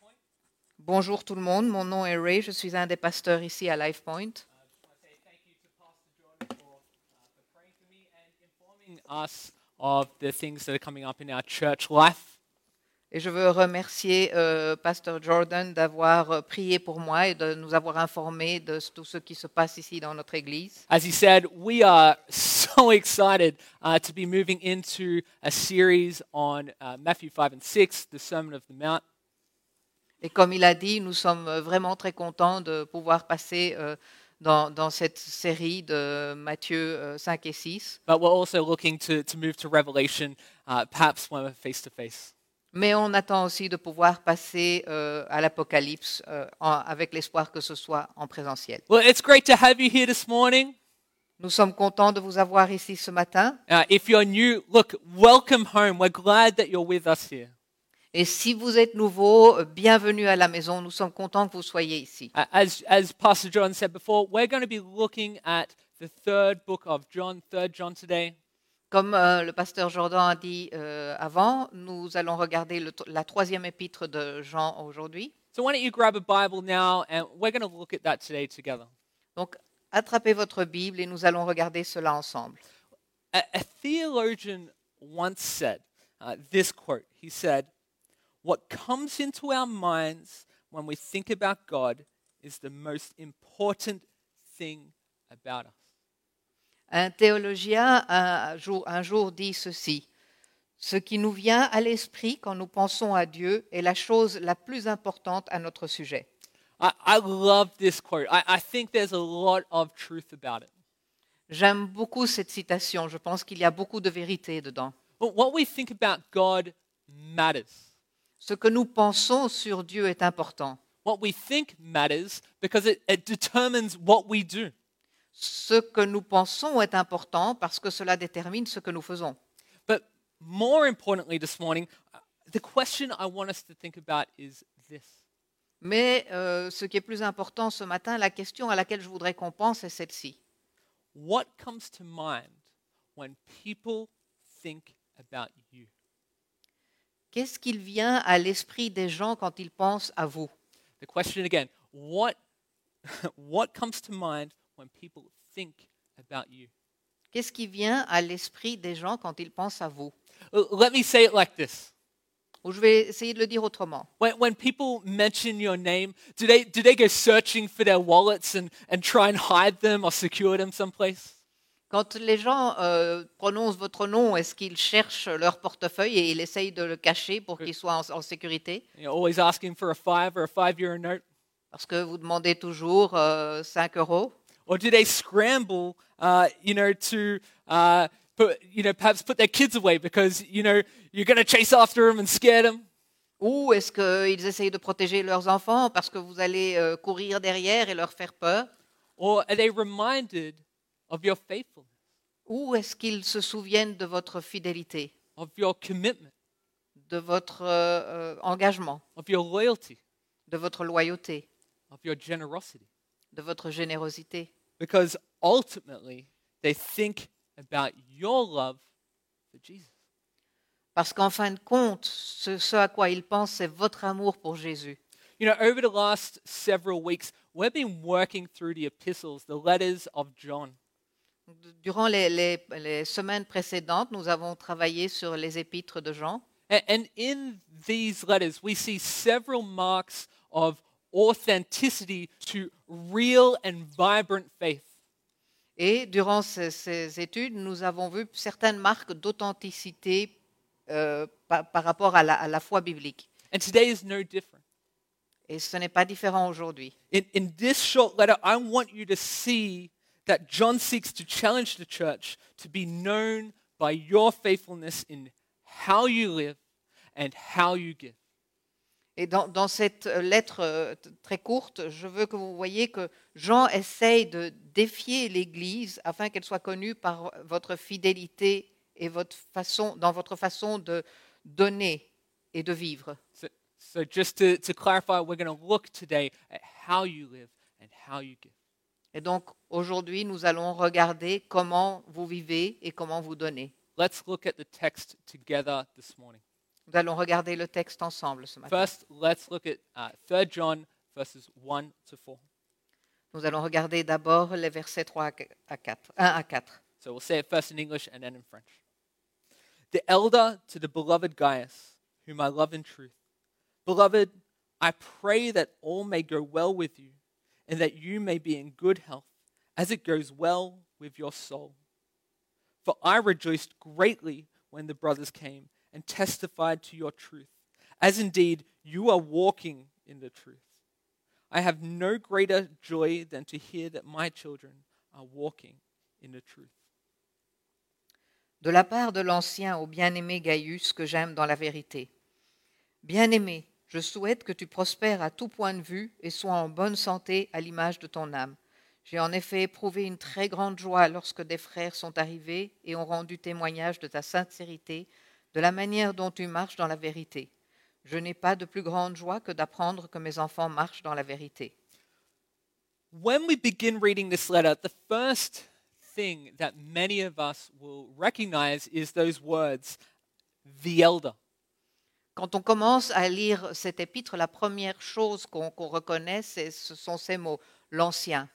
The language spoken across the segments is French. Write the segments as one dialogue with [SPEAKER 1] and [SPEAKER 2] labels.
[SPEAKER 1] Um,
[SPEAKER 2] Bonjour tout le monde, mon nom est Ray, je suis un des pasteurs ici à LifePoint.
[SPEAKER 1] Uh, us of the things that are coming up in our church life.
[SPEAKER 2] Et je veux remercier euh, Pasteur Jordan d'avoir euh, prié pour moi et de nous avoir informés de tout ce qui se passe ici dans notre Église.
[SPEAKER 1] As he said, we are so excited uh, to be moving into a series on uh, Matthew 5 and 6, the Sermon of the Mount.
[SPEAKER 2] Et comme il a dit, nous sommes euh, vraiment très contents de pouvoir passer euh, dans, dans cette série de Matthieu euh, 5 et 6.
[SPEAKER 1] But we're also looking to, to move to Revelation, uh, perhaps when we're face to face.
[SPEAKER 2] Mais on attend aussi de pouvoir passer euh, à l'Apocalypse euh, en- avec l'espoir que ce soit en présentiel.
[SPEAKER 1] Well, it's great to have you here this morning.
[SPEAKER 2] Nous sommes contents de vous avoir ici ce matin.
[SPEAKER 1] Uh, if you're new, look, welcome home. We're glad that you're with us here.
[SPEAKER 2] Et si vous êtes nouveau, euh, bienvenue à la maison. Nous sommes contents que vous soyez ici.
[SPEAKER 1] Uh, as, as Pastor John said before, we're going to be looking at the third book of John, 3rd John today.
[SPEAKER 2] Comme euh, le pasteur Jordan a dit euh, avant, nous allons regarder le to- la troisième épître de Jean aujourd'hui.
[SPEAKER 1] So why don't you grab a Bible now and we're going to look at that today together.
[SPEAKER 2] Donc, attrapez votre Bible et nous allons regarder cela ensemble.
[SPEAKER 1] A, a theologian once said uh, this quote He said, What comes into our minds when we think about God is the most important thing about us.
[SPEAKER 2] Un théologien un jour, un jour dit ceci. Ce qui nous vient à l'esprit quand nous pensons à Dieu est la chose la plus importante à notre sujet.
[SPEAKER 1] I, I love this quote. I, I think there's a lot of truth about it.
[SPEAKER 2] J'aime beaucoup cette citation, je pense qu'il y a beaucoup de vérité dedans.
[SPEAKER 1] But what we think about God matters.
[SPEAKER 2] Ce que nous pensons sur Dieu est important.
[SPEAKER 1] What we think matters because it, it determines what we do.
[SPEAKER 2] Ce que nous pensons est important parce que cela détermine ce que nous faisons.
[SPEAKER 1] But more importantly, this morning, uh, the question I want us to think about is this
[SPEAKER 2] Mais euh, ce qui est plus important ce matin, la question à laquelle je voudrais qu'on pense est celle-ci.
[SPEAKER 1] What comes to mind when people think about you?
[SPEAKER 2] Qu'est-ce qu'il vient à l'esprit des gens quand ils pensent à vous
[SPEAKER 1] The question again what, what comes to mind when people think about you?
[SPEAKER 2] Qu'est-ce qui vient à l'esprit des gens quand ils pensent à vous
[SPEAKER 1] L- Let me say it like this.
[SPEAKER 2] Ou je vais essayer de le dire autrement.
[SPEAKER 1] When, when people mention your name, do they, do they go searching for their wallets and, and try and hide them or secure them someplace?
[SPEAKER 2] Quand les gens euh, prononcent votre nom, est-ce qu'ils cherchent leur portefeuille et ils essayent de le cacher pour qu'il soit en, en sécurité
[SPEAKER 1] You know, always asking for a five or a five euro note?
[SPEAKER 2] Parce que vous demandez toujours euh, 5 euros.
[SPEAKER 1] Or do they scramble, uh, you know, to uh, put, you know, perhaps put their kids away because you know you're going to chase after them and scare them?
[SPEAKER 2] Ou est-ce qu'ils essayent de protéger leurs enfants parce que vous allez euh, courir derrière et leur faire peur
[SPEAKER 1] Or are they reminded of your faithfulness,
[SPEAKER 2] Ou est-ce qu'ils se souviennent de votre fidélité,
[SPEAKER 1] of your commitment,
[SPEAKER 2] de votre euh, euh, engagement,
[SPEAKER 1] of your loyalty,
[SPEAKER 2] de votre loyauté,
[SPEAKER 1] of your generosity?
[SPEAKER 2] de votre générosité
[SPEAKER 1] Because ultimately, they think about your love for Jesus.
[SPEAKER 2] Parce qu'en fin de compte, ce, ce à quoi ils pensent, c'est votre amour pour Jésus.
[SPEAKER 1] You know, over the last several weeks, we've been working through the epistles, the letters of John.
[SPEAKER 2] Durant les, les- les semaines précédentes, nous avons travaillé sur les épîtres de Jean.
[SPEAKER 1] A- And in these letters, we see several marks of authenticity to real and vibrant faith.
[SPEAKER 2] Et durant ces, ces études, nous avons vu certaines marques d'authenticité euh, par, par rapport à la, à la foi biblique.
[SPEAKER 1] And today is no different.
[SPEAKER 2] Et ce n'est pas différent aujourd'hui.
[SPEAKER 1] In, in this short letter, I want you to see that John seeks to challenge the church to be known by your faithfulness in how you live and how you give.
[SPEAKER 2] Et dans, dans cette euh, lettre euh, t- très courte, je veux que vous voyez que Jean essaye de défier l'Église afin qu'elle soit connue par votre fidélité et votre façon, dans votre façon de donner et de vivre.
[SPEAKER 1] So, so just to, to clarify, we're going to look today at how you live and how you give.
[SPEAKER 2] Et donc aujourd'hui, nous allons regarder comment vous vivez et comment vous donnez.
[SPEAKER 1] Let's look at the text together this morning.
[SPEAKER 2] Nous allons regarder le texte ensemble ce matin.
[SPEAKER 1] First, let's look at uh, 3 John verses 1 to 4.
[SPEAKER 2] Nous allons regarder d'abord les versets 3 à 4, 1 à 4.
[SPEAKER 1] So we'll say it first in English and then in French. The elder to the beloved Gaius, whom I love in truth. Beloved, I pray that all may go well with you, and that you may be in good health, as it goes well with your soul. For I rejoiced greatly when the brothers came and testified to your truth, as indeed you are walking in the truth. I have no greater joy than to hear that my children are walking in the truth.
[SPEAKER 2] De la part de l'ancien au bien-aimé Gaius que j'aime dans la vérité. Bien-aimé, je souhaite que tu prospères à tout point de vue et sois en bonne santé à l'image de ton âme. J'ai en effet éprouvé une très grande joie lorsque des frères sont arrivés et ont rendu témoignage de ta sincérité, de la manière dont tu marches dans la vérité. Je n'ai pas de plus grande joie que d'apprendre que mes enfants marchent dans la vérité.
[SPEAKER 1] When we begin reading this letter, the first thing that many of us will recognize is those words, the elder.
[SPEAKER 2] Quand on commence à lire cet épître, la première chose qu'on qu'on reconnaît, c'est- ce sont ces mots, l'ancien.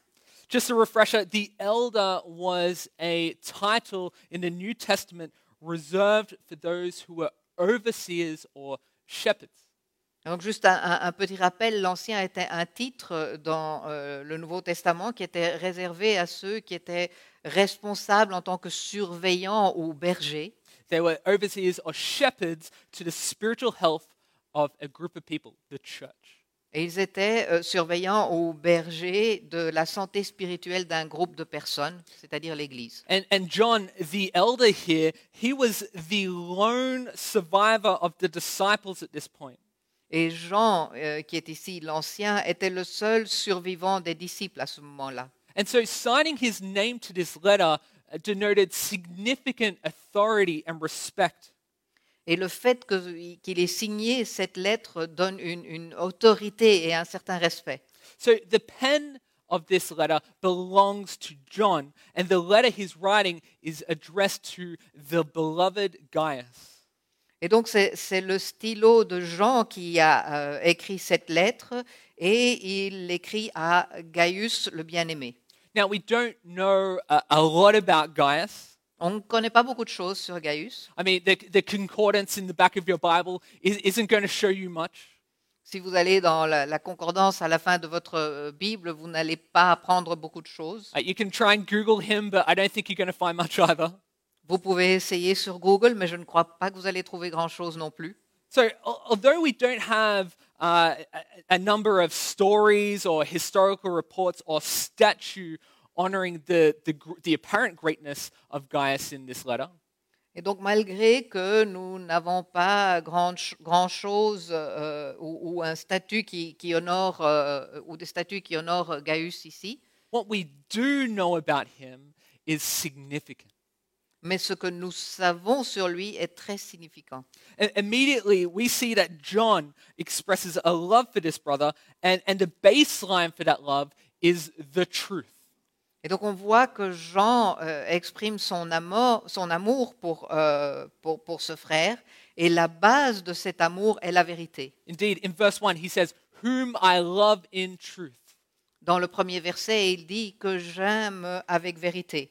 [SPEAKER 1] Just a refresher the elder was a title in the New Testament reserved for those who were overseers or shepherds.
[SPEAKER 2] Donc juste un, un- un petit rappel, l'ancien était un titre dans euh, le Nouveau Testament qui était réservé à ceux qui étaient responsables en tant que surveillants ou bergers.
[SPEAKER 1] They were overseers or shepherds to the spiritual health of a group of people, the church.
[SPEAKER 2] Et ils étaient euh, surveillants ou bergers de la santé spirituelle d'un groupe de personnes, c'est-à-dire l'Église.
[SPEAKER 1] And, and John, the elder here, he was the lone survivor of the disciples at this point.
[SPEAKER 2] Et Jean, euh, qui est ici l'ancien, était le seul survivant des disciples à ce moment-là.
[SPEAKER 1] And so signing his name to this letter uh, denoted significant authority and respect.
[SPEAKER 2] Et le fait que- qu'il ait signé cette lettre donne une- une autorité et un certain respect.
[SPEAKER 1] So the pen of this letter belongs to John, and the letter he's writing is addressed to the beloved Gaius.
[SPEAKER 2] Et donc, c'est c'est le stylo de Jean qui a euh, écrit cette lettre et il l'écrit à Gaius le bien-aimé.
[SPEAKER 1] Now, we don't know a, a lot about Gaius.
[SPEAKER 2] On ne connaît pas beaucoup de choses sur Gaius.
[SPEAKER 1] I mean, the, the concordance in the back of your Bible is, isn't going to show you much.
[SPEAKER 2] Si vous allez dans la, la concordance à la fin de votre euh, Bible, vous n'allez pas apprendre beaucoup de choses.
[SPEAKER 1] Uh, you can try and Google him, but I don't think you're going to find much either.
[SPEAKER 2] Vous pouvez essayer sur Google, mais je ne crois pas que vous allez trouver grand-chose non plus.
[SPEAKER 1] So, al- although we don't have uh, a- a number of stories or historical reports or statue honoring the, the, gr- the apparent greatness of Gaius in this letter,
[SPEAKER 2] Et donc, malgré que nous n'avons pas grand, ch- grand-chose euh, ou, ou un statut qui, qui honore, euh, ou des statuts qui honorent Gaius ici,
[SPEAKER 1] what we do know about him is significant.
[SPEAKER 2] mais ce que nous savons sur lui est très significant.
[SPEAKER 1] I- immediately, we see that John expresses a love for this brother, and, and the baseline for that love is the truth.
[SPEAKER 2] Et donc on voit que Jean euh, exprime son amour, son amour pour, euh, pour, pour ce frère, et la base de cet amour est la vérité.
[SPEAKER 1] Indeed, in verse 1, he says, Whom I love in truth.
[SPEAKER 2] Dans le premier verset, il dit que j'aime avec vérité.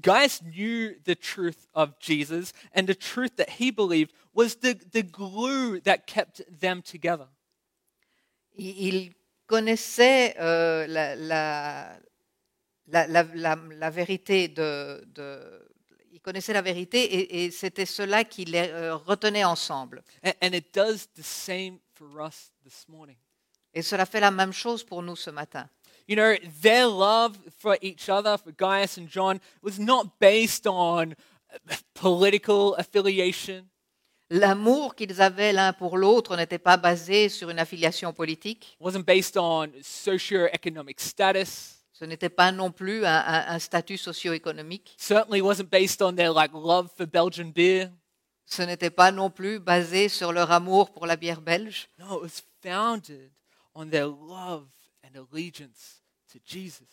[SPEAKER 1] Gaius knew the truth of Jesus, and the truth that he believed was the, the glue that kept them together.
[SPEAKER 2] Il, il connaissait euh, la, la, la, la, la- la vérité de, de- il connaissait la vérité et, et c'était cela qui les euh, retenait ensemble.
[SPEAKER 1] A- And, it does the same for us this morning.
[SPEAKER 2] Et cela fait la même chose pour nous ce matin.
[SPEAKER 1] You know, their love for each other, for Gaius and John, was not based on political affiliation.
[SPEAKER 2] L'amour qu'ils avaient l'un pour l'autre n'était pas basé sur une affiliation politique,
[SPEAKER 1] It wasn't based on socioeconomic status.
[SPEAKER 2] ce n'était pas non plus un, un- un statut socio-économique,
[SPEAKER 1] Certainly wasn't based on their like love for Belgian beer.
[SPEAKER 2] ce n'était pas non plus basé sur leur amour pour la bière belge,
[SPEAKER 1] No, it was founded on their love and allegiance to Jesus.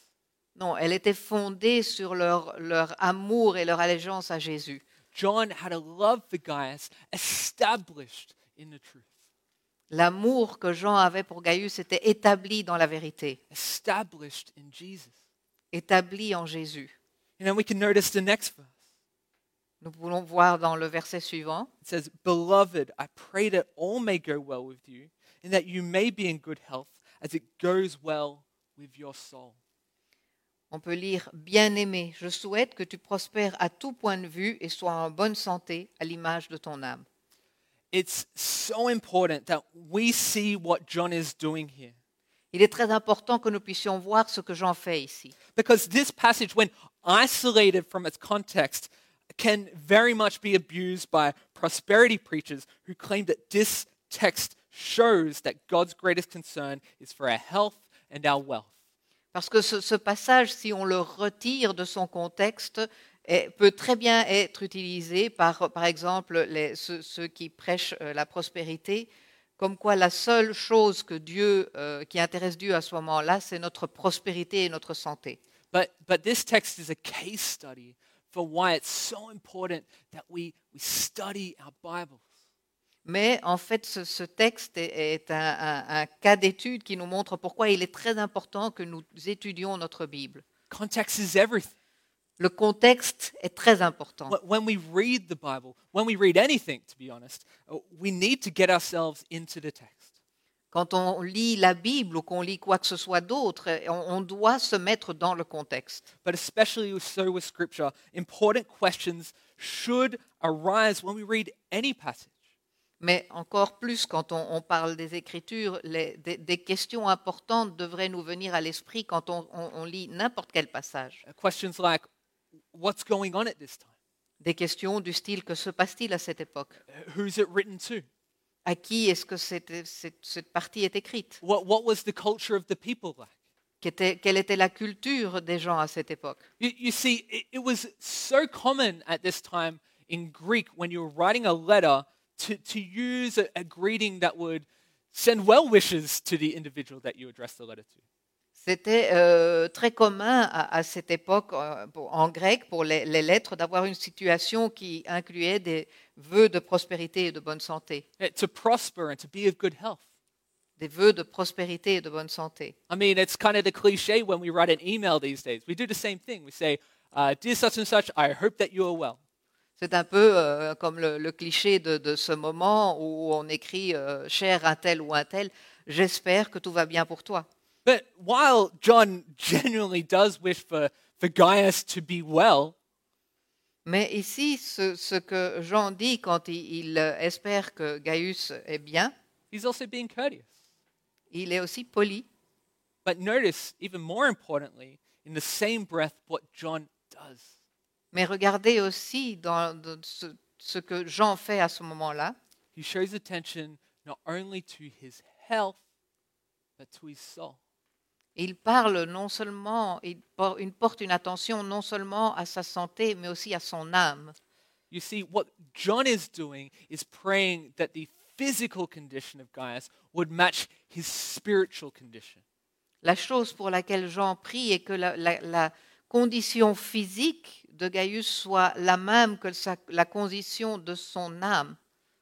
[SPEAKER 2] non, elle était fondée sur leur, leur amour et leur allégeance à Jésus.
[SPEAKER 1] John had a love for Gaius established in the truth,
[SPEAKER 2] L'amour que Jean avait pour Gaius était établi dans la vérité,
[SPEAKER 1] established in Jesus.
[SPEAKER 2] établi en Jésus.
[SPEAKER 1] And then we can notice the next verse.
[SPEAKER 2] Nous voulons voir dans le verset suivant.
[SPEAKER 1] It says, Beloved, I pray that all may go well with you, and that you may be in good health as it goes well with your soul.
[SPEAKER 2] On peut lire Bien-aimé, je souhaite que tu prospères à tout point de vue et sois en bonne santé à l'image de ton âme.
[SPEAKER 1] It's so important that we see what John is doing here.
[SPEAKER 2] Il est très important que nous puissions voir ce que Jean fait ici.
[SPEAKER 1] Because this passage, when isolated from its context, can very much be abused by prosperity preachers who claim that this text shows that God's greatest concern is for our health and our wealth.
[SPEAKER 2] Parce que ce, ce passage, si on le retire de son contexte, eh, peut très bien être utilisé par, par exemple, les- ceux, ceux qui prêchent euh, la prospérité, comme quoi la seule chose que Dieu, euh, qui intéresse Dieu à ce moment-là, c'est notre prospérité et notre santé.
[SPEAKER 1] But, but this text is a case study for why it's so important that we, we study our Bibles.
[SPEAKER 2] Mais en fait, ce, ce texte est, est un, un- un cas d'étude qui nous montre pourquoi il est très important que nous étudions notre Bible.
[SPEAKER 1] Context is everything.
[SPEAKER 2] Le contexte est très important.
[SPEAKER 1] Wh- When we read the Bible, when we read anything, to be honest, uh, we need to get ourselves into the text.
[SPEAKER 2] Quand on lit la Bible ou qu'on lit quoi que ce soit d'autre, eh, on, on doit se mettre dans le contexte.
[SPEAKER 1] but especially so with Scripture, important questions should arise when we read any passage.
[SPEAKER 2] Mais encore plus, quand on, on parle des Écritures, les- des, des questions importantes devraient nous venir à l'esprit quand on, on- on lit n'importe quel passage.
[SPEAKER 1] Uh, Questions like, what's going on at this time?
[SPEAKER 2] Des questions du style que se passe-t-il à cette époque
[SPEAKER 1] Uh, Who's it written to?
[SPEAKER 2] À qui est-ce que cette- cette- cette partie est écrite
[SPEAKER 1] What, what was the culture of the people like?
[SPEAKER 2] Qu'était- quelle était la culture des gens à cette époque.
[SPEAKER 1] You, you see, it, it was so common at this time in Greek when you were writing a letter to, to use a, a greeting that would send well wishes to the individual that you addressed the letter to.
[SPEAKER 2] C'était euh, très commun à, à cette époque euh, pour- en grec pour les, les lettres d'avoir une situation qui incluait des vœux de prospérité et de bonne santé,
[SPEAKER 1] Uh, To prosper and to be of good health.
[SPEAKER 2] des vœux de prospérité et de bonne santé.
[SPEAKER 1] I mean, it's kind of the cliche when we write an email these days. We do the same thing. We say, uh, Dear such and such, I hope that you are well.
[SPEAKER 2] C'est un peu euh, comme le, le cliché de, de ce moment où on écrit euh, cher un tel ou un tel, j'espère que tout va bien pour toi.
[SPEAKER 1] But while John genuinely does wish for, for Gaius to be well,
[SPEAKER 2] Mais ici, ce, ce que Jean dit quand il- il euh, espère que Gaius est bien,
[SPEAKER 1] he's also being courteous.
[SPEAKER 2] il est aussi poli.
[SPEAKER 1] But notice, even more importantly, in the same breath, what John does.
[SPEAKER 2] Mais regardez aussi dans dans ce, ce que Jean fait à ce moment-là.
[SPEAKER 1] He shows attention not only to his health, but to his soul.
[SPEAKER 2] Il parle non seulement, il por- il porte une attention non seulement à sa santé, mais aussi à son âme.
[SPEAKER 1] You see, what John is doing is praying that the physical condition of Gaius would match his spiritual condition.
[SPEAKER 2] La chose pour laquelle Jean prie est que la, la- la condition physique de Gaius soit la même que sa- la condition de son âme.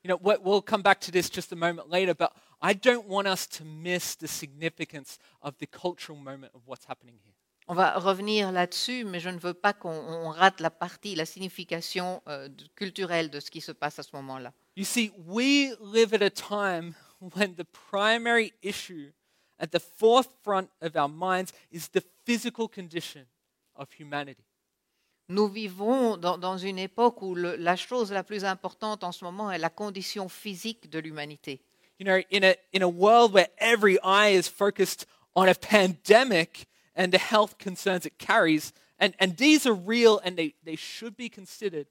[SPEAKER 1] You know, we- we'll come back to this just a moment later, but I don't want us to miss the significance of the cultural moment of what's happening here.
[SPEAKER 2] On va revenir là-dessus, mais je ne veux pas qu'on on rate la partie, la signification euh, de- culturelle de ce qui se passe à ce moment-là.
[SPEAKER 1] You see, we live at a time when the primary issue at the forefront of our minds is the physical condition of humanity.
[SPEAKER 2] Nous vivons dans, dans une époque où le- la chose la plus importante en ce moment est la condition physique de l'humanité.
[SPEAKER 1] You know, in a, in a world where every eye is focused on a pandemic and the health concerns it carries, and, and these are real and they, they should be considered.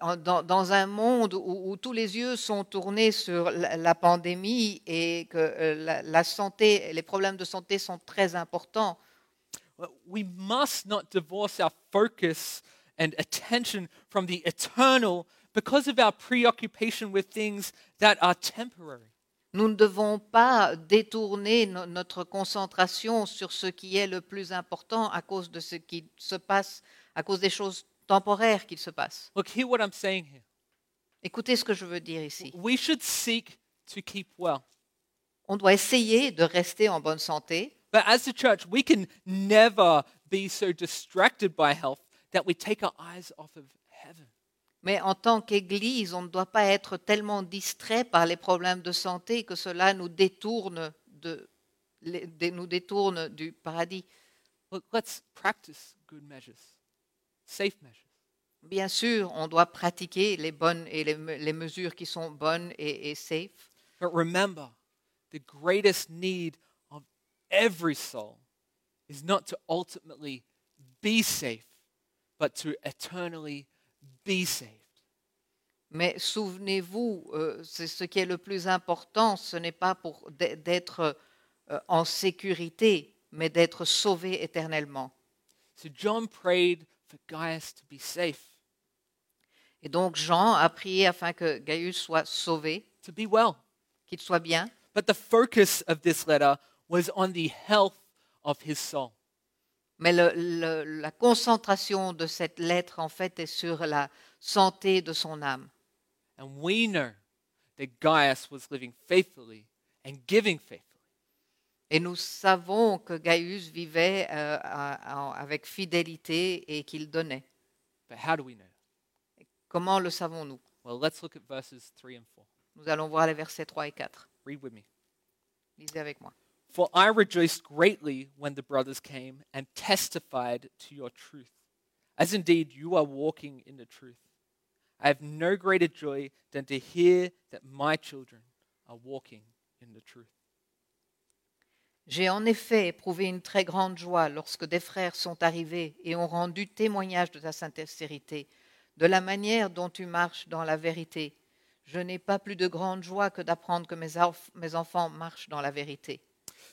[SPEAKER 2] En- Dans, dans un monde où, où tous les yeux sont tournés sur la, la pandémie et que euh, la, la santé, les problèmes de santé sont très importants,
[SPEAKER 1] Well, We must not divorce our focus and attention from the eternal because of our preoccupation with things that are temporary.
[SPEAKER 2] nous ne devons pas détourner no- notre concentration sur ce qui est le plus important à cause de ce qui se passe, à cause des choses temporaire qu'il se passe.
[SPEAKER 1] Look, hear what I'm saying here.
[SPEAKER 2] Écoutez ce que je veux dire ici.
[SPEAKER 1] We should seek to keep well.
[SPEAKER 2] On doit essayer de rester en bonne santé,
[SPEAKER 1] But as a church, we can never be so distracted by health that we take our eyes off of heaven.
[SPEAKER 2] mais en tant qu'Église, on ne doit pas être tellement distrait par les problèmes de santé que cela nous détourne, de, les- des- nous détourne du paradis.
[SPEAKER 1] Look, let's practice good measures, safe measures.
[SPEAKER 2] Bien sûr, on doit pratiquer les bonnes et les, me- les mesures qui sont bonnes et, et safe,
[SPEAKER 1] But remember, the greatest need of every soul is not to ultimately be safe, but to eternally be saved.
[SPEAKER 2] mais souvenez-vous, euh, c'est ce qui est le plus important, ce n'est pas pour d'e- d'être euh, en sécurité, mais d'être sauvé éternellement.
[SPEAKER 1] So John prayed for Gaius to be safe,
[SPEAKER 2] Et donc Jean a prié afin que Gaius soit sauvé,
[SPEAKER 1] to be well.
[SPEAKER 2] qu'il soit bien.
[SPEAKER 1] But the focus of this letter was on the health of his soul.
[SPEAKER 2] Mais le- le- la concentration de cette lettre, en fait, est sur la santé de son âme.
[SPEAKER 1] And we know that Gaius was living faithfully and giving faithfully.
[SPEAKER 2] Et nous savons que Gaius vivait euh, à- à- avec fidélité et qu'il donnait.
[SPEAKER 1] But how do we know?
[SPEAKER 2] Comment le savons-nous
[SPEAKER 1] Well, let's look at verses 3 and 4.
[SPEAKER 2] Nous allons voir les versets 3 et 4.
[SPEAKER 1] Read with me.
[SPEAKER 2] Lisez avec moi.
[SPEAKER 1] For I rejoiced greatly when the brothers came and testified to your truth, as indeed you are walking in the truth. I have no greater joy than to hear that my children are walking in the truth.
[SPEAKER 2] J'ai en effet éprouvé une très grande joie lorsque des frères sont arrivés et ont rendu témoignage de ta sincérité, de la manière dont tu marches dans la vérité. Je n'ai pas plus de grande joie que d'apprendre que mes, enf- mes enfants marchent dans la vérité.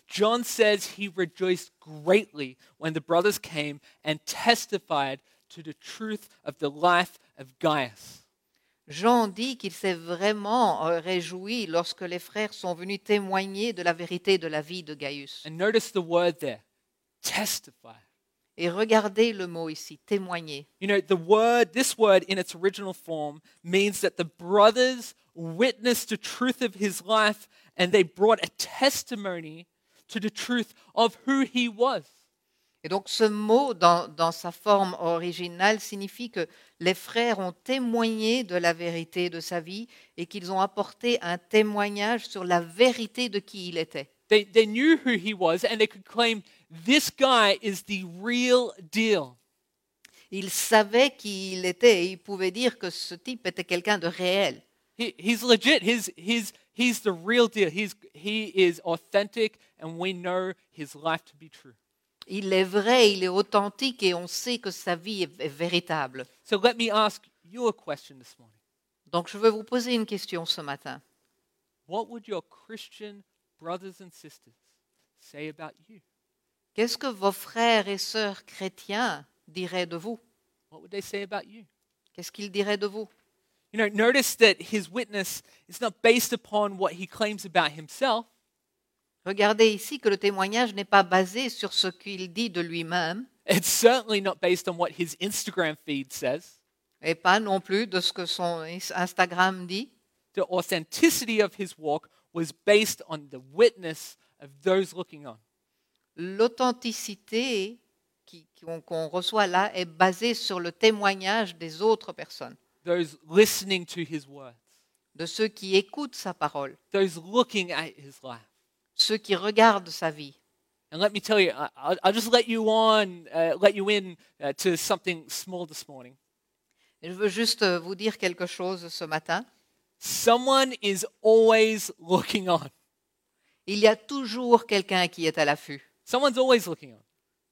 [SPEAKER 1] John says he rejoiced greatly when the brothers came and testified to the truth of the life of Gaius.
[SPEAKER 2] Jean dit qu'il s'est vraiment euh, réjoui lorsque les frères sont venus témoigner de la vérité de la vie de Gaius.
[SPEAKER 1] And notice the word there testify.
[SPEAKER 2] Et regardez le mot ici, témoigner.
[SPEAKER 1] You know, the word, this word in its original form means that the brothers witnessed the truth of his life and they brought a testimony to the truth of who he was.
[SPEAKER 2] Et donc ce mot, dans, dans sa forme originale, signifie que les frères ont témoigné de la vérité de sa vie et qu'ils ont apporté un témoignage sur la vérité de qui il était.
[SPEAKER 1] They, they knew who he was and they could claim this guy is the real deal.
[SPEAKER 2] Ils savaient qui il était et ils pouvaient dire que ce type était quelqu'un de réel.
[SPEAKER 1] He, he's legit. He's, he's, he's the real deal. He's, he is authentic and we know his life to be true.
[SPEAKER 2] Il est vrai, il est authentique et on sait que sa vie est- est véritable.
[SPEAKER 1] So let me ask you a question this morning.
[SPEAKER 2] Donc je veux vous poser une question ce matin.
[SPEAKER 1] What would your Christian brothers and sisters say about you?
[SPEAKER 2] Qu'est-ce que vos frères et sœurs chrétiens diraient de vous
[SPEAKER 1] What would they say about you?
[SPEAKER 2] Qu'est-ce qu'ils diraient de vous
[SPEAKER 1] You know, notice that his witness is not based upon what he claims about himself,
[SPEAKER 2] Regardez ici que le témoignage n'est pas basé sur ce qu'il dit de lui-même
[SPEAKER 1] it's certainly not based on what his Instagram feed says.
[SPEAKER 2] et pas non plus de ce que son Instagram dit.
[SPEAKER 1] The authenticity of his walk was based on the witness of those looking on.
[SPEAKER 2] L'authenticité qui- qu'on qu'on reçoit là est basée sur le témoignage des autres personnes,
[SPEAKER 1] those listening to his words,
[SPEAKER 2] de ceux qui écoutent sa parole,
[SPEAKER 1] those looking at his life.
[SPEAKER 2] ceux qui regardent sa vie.
[SPEAKER 1] And let me tell you, I, I'll, I'll just let you on, uh, let you in uh, to something small this morning.
[SPEAKER 2] Et je veux juste euh, vous dire quelque chose ce matin.
[SPEAKER 1] Someone is always looking on.
[SPEAKER 2] Il y a toujours quelqu'un qui est à l'affût.
[SPEAKER 1] Someone's always looking on.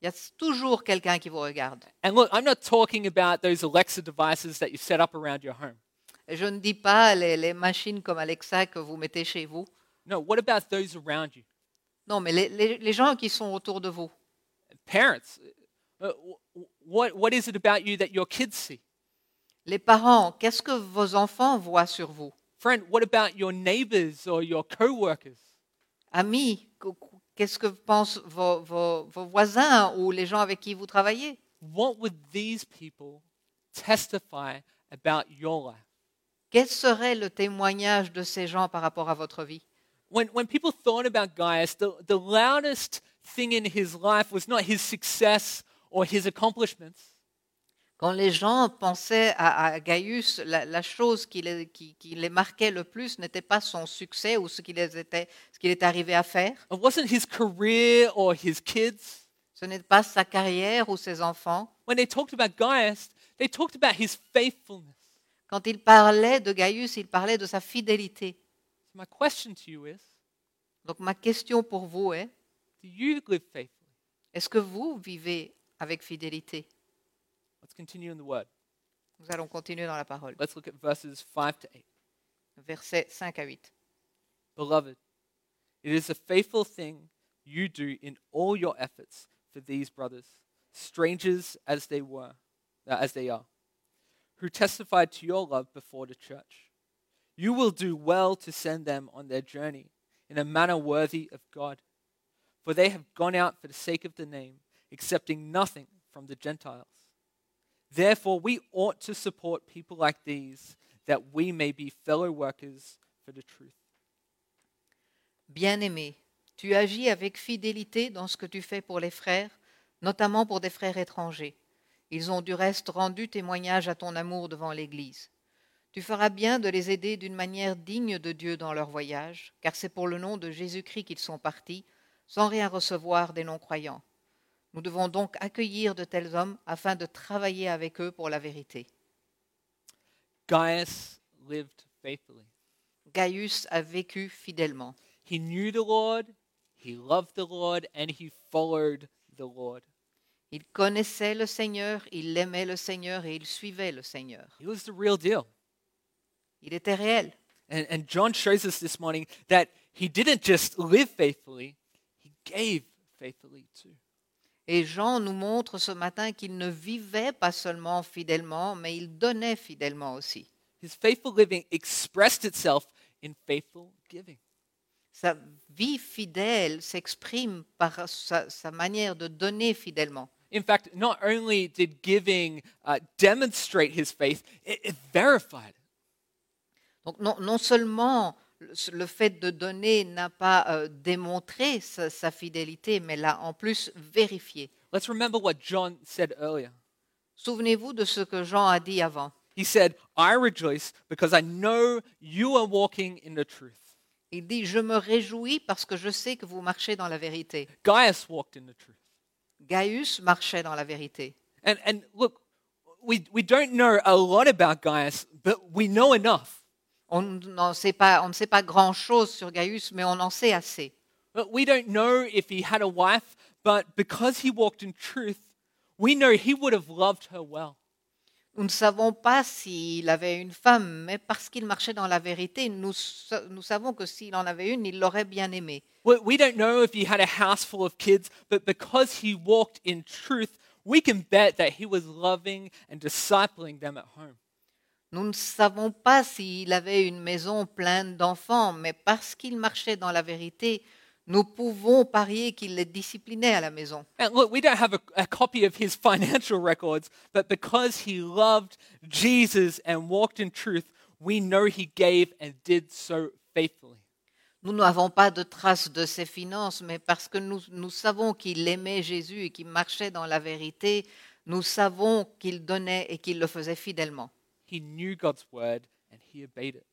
[SPEAKER 2] Il y a toujours quelqu'un qui vous regarde.
[SPEAKER 1] And look, I'm not talking about those Alexa devices that you set up around your home.
[SPEAKER 2] Et Je ne dis pas les, les machines comme Alexa que vous mettez chez vous.
[SPEAKER 1] No, what about those around you?
[SPEAKER 2] Non, mais les, les- les gens qui sont autour de vous.
[SPEAKER 1] Parents, uh, wh- what, what is it about you that your kids see?
[SPEAKER 2] Les parents, qu'est-ce que vos enfants voient sur vous
[SPEAKER 1] Friend, what about your neighbors or your coworkers?
[SPEAKER 2] Amis, qu- qu- qu'est-ce que pensent vos, vos- vos voisins ou les gens avec qui vous travaillez
[SPEAKER 1] What would these people testify about your life?
[SPEAKER 2] Quel serait le témoignage de ces gens par rapport à votre vie
[SPEAKER 1] When, when people thought about Gaius, the, the loudest thing in his life was not his success or his accomplishments,
[SPEAKER 2] Quand les gens pensaient à, à Gaius, la, la chose qui les, qui- qui les marquait le plus n'était pas son succès ou ce qu'il les était, ce qu'il est arrivé à faire.
[SPEAKER 1] it wasn't his career or his kids.
[SPEAKER 2] Ce n'est pas sa carrière ou ses enfants.
[SPEAKER 1] When they talked about Gaius, they talked about his faithfulness.
[SPEAKER 2] Quand il parlait de Gaius, il parlait de sa fidélité.
[SPEAKER 1] So my question to you is
[SPEAKER 2] Donc ma question pour vous est,
[SPEAKER 1] do you live faithfully?
[SPEAKER 2] est-ce que vous vivez avec fidélité
[SPEAKER 1] Let's continue in the word.
[SPEAKER 2] Nous allons continuer dans la parole.
[SPEAKER 1] Let's look at verses 5 to 8.
[SPEAKER 2] Versets 5 à 8.
[SPEAKER 1] Beloved, it is a faithful thing you do in all your efforts for these brothers, strangers as they were, uh, as they are, who testified to your love before the church. You will do well to send them on their journey in a manner worthy of God, for they have gone out for the sake of the name, accepting nothing from the Gentiles. Therefore, we ought to support people like these that we may be fellow workers for the truth.
[SPEAKER 2] Bien-aimé, tu agis avec fidélité dans ce que tu fais pour les frères, notamment pour des frères étrangers. Ils ont du reste rendu témoignage à ton amour devant l'Église. Tu feras bien de les aider d'une manière digne de Dieu dans leur voyage, car c'est pour le nom de Jésus-Christ qu'ils sont partis, sans rien recevoir des non-croyants. Nous devons donc accueillir de tels hommes afin de travailler avec eux pour la vérité.
[SPEAKER 1] Gaius lived faithfully.
[SPEAKER 2] Gaius a vécu fidèlement.
[SPEAKER 1] He knew the Lord, he loved the Lord, and he followed the Lord.
[SPEAKER 2] Il connaissait le Seigneur, il aimait le Seigneur et il suivait le Seigneur.
[SPEAKER 1] He was the real deal.
[SPEAKER 2] Il était réel.
[SPEAKER 1] And, and John shows us this morning that he didn't just live faithfully, he gave faithfully too.
[SPEAKER 2] Et Jean nous montre ce matin qu'il ne vivait pas seulement fidèlement, mais il donnait fidèlement aussi.
[SPEAKER 1] His faithful living expressed itself in faithful giving.
[SPEAKER 2] Sa vie fidèle s'exprime par sa, sa manière de donner fidèlement.
[SPEAKER 1] In fact, not only did giving uh, demonstrate his faith, it, it verified it.
[SPEAKER 2] Donc non, non seulement le fait de donner n'a pas euh, démontré sa, sa fidélité, mais l'a en plus vérifié.
[SPEAKER 1] Let's remember what John said earlier.
[SPEAKER 2] Souvenez-vous de ce que Jean a dit avant.
[SPEAKER 1] He said, I rejoice because I know you are walking in the truth.
[SPEAKER 2] Il dit, je me réjouis parce que je sais que vous marchez dans la vérité.
[SPEAKER 1] Gaius walked in the truth.
[SPEAKER 2] Gaius marchait dans la vérité.
[SPEAKER 1] And, and look, we, we don't know a lot about Gaius, but we know enough.
[SPEAKER 2] On, n'en sait pas, on ne sait pas grand-chose sur Gaius, mais on en sait assez.
[SPEAKER 1] But we don't know if he had a wife, but because he walked in truth, we know he would have loved her well.
[SPEAKER 2] Nous ne savons pas s'il avait une femme, mais parce qu'il marchait dans la vérité, nous, sa- nous savons que s'il en avait une, il l'aurait bien aimée.
[SPEAKER 1] We, we don't know if he had a house full of kids, but because he walked in truth, we can bet that he was loving and discipling them at home.
[SPEAKER 2] Nous ne savons pas s'il avait une maison pleine d'enfants, mais parce qu'il marchait dans la vérité, nous pouvons parier qu'il les disciplinait à la maison.
[SPEAKER 1] And look, we don't have a, a copy of his financial records, but because he loved Jesus and walked in truth, we know he gave and did so faithfully.
[SPEAKER 2] Nous n'avons pas de traces de ses finances, mais parce que nous, nous savons qu'il aimait Jésus et qu'il marchait dans la vérité, nous savons qu'il donnait et qu'il le faisait fidèlement.
[SPEAKER 1] He knew God's word and he obeyed it.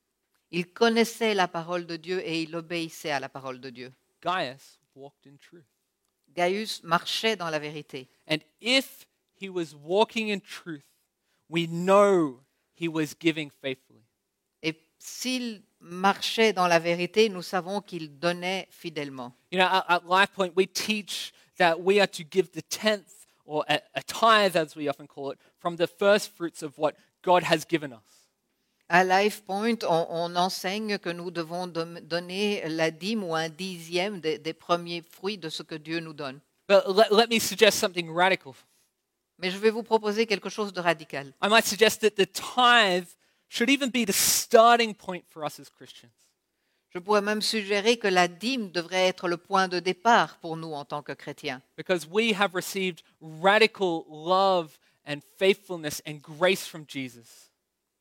[SPEAKER 2] Il connaissait la parole de Dieu et il obéissait à la parole de Dieu.
[SPEAKER 1] Gaius walked in truth.
[SPEAKER 2] Gaius marchait dans la vérité.
[SPEAKER 1] And if he was walking in truth, we know he was giving faithfully.
[SPEAKER 2] Et s'il marchait dans la vérité, nous savons qu'il donnait fidèlement.
[SPEAKER 1] You know, at, at Life Point, we teach that we are to give the tenth, or a, a tithe as we often call it, from the first fruits of what God has given us.
[SPEAKER 2] À LifePoint, on, on enseigne que nous devons dom- donner la dîme ou un dixième des- des premiers fruits de ce que Dieu nous donne.
[SPEAKER 1] But let, let me suggest something radical.
[SPEAKER 2] Mais je vais vous proposer quelque chose de radical.
[SPEAKER 1] I might suggest that the tithe should even be the starting point for us as Christians.
[SPEAKER 2] Je pourrais même suggérer que la dîme devrait être le point de départ pour nous en tant que chrétiens,
[SPEAKER 1] Because we have received radical love a- and faithfulness and grace from Jesus.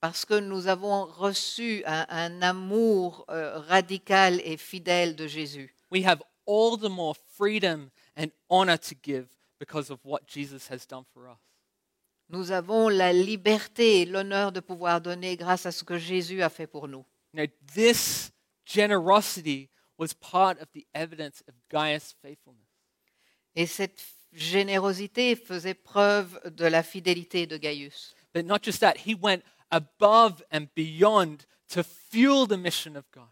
[SPEAKER 2] parce que nous avons reçu un, un amour euh, radical et fidèle de Jésus.
[SPEAKER 1] We have all the more freedom and honor to give because of what Jesus has done for us.
[SPEAKER 2] Nous avons la liberté et l'honneur de pouvoir donner grâce à ce que Jésus a fait pour nous.
[SPEAKER 1] Now, this generosity was part of the evidence of Gaius' faithfulness.
[SPEAKER 2] Et cette générosité faisait preuve de la fidélité de Gaius.
[SPEAKER 1] But not just that, he went above and beyond to fuel the mission of God.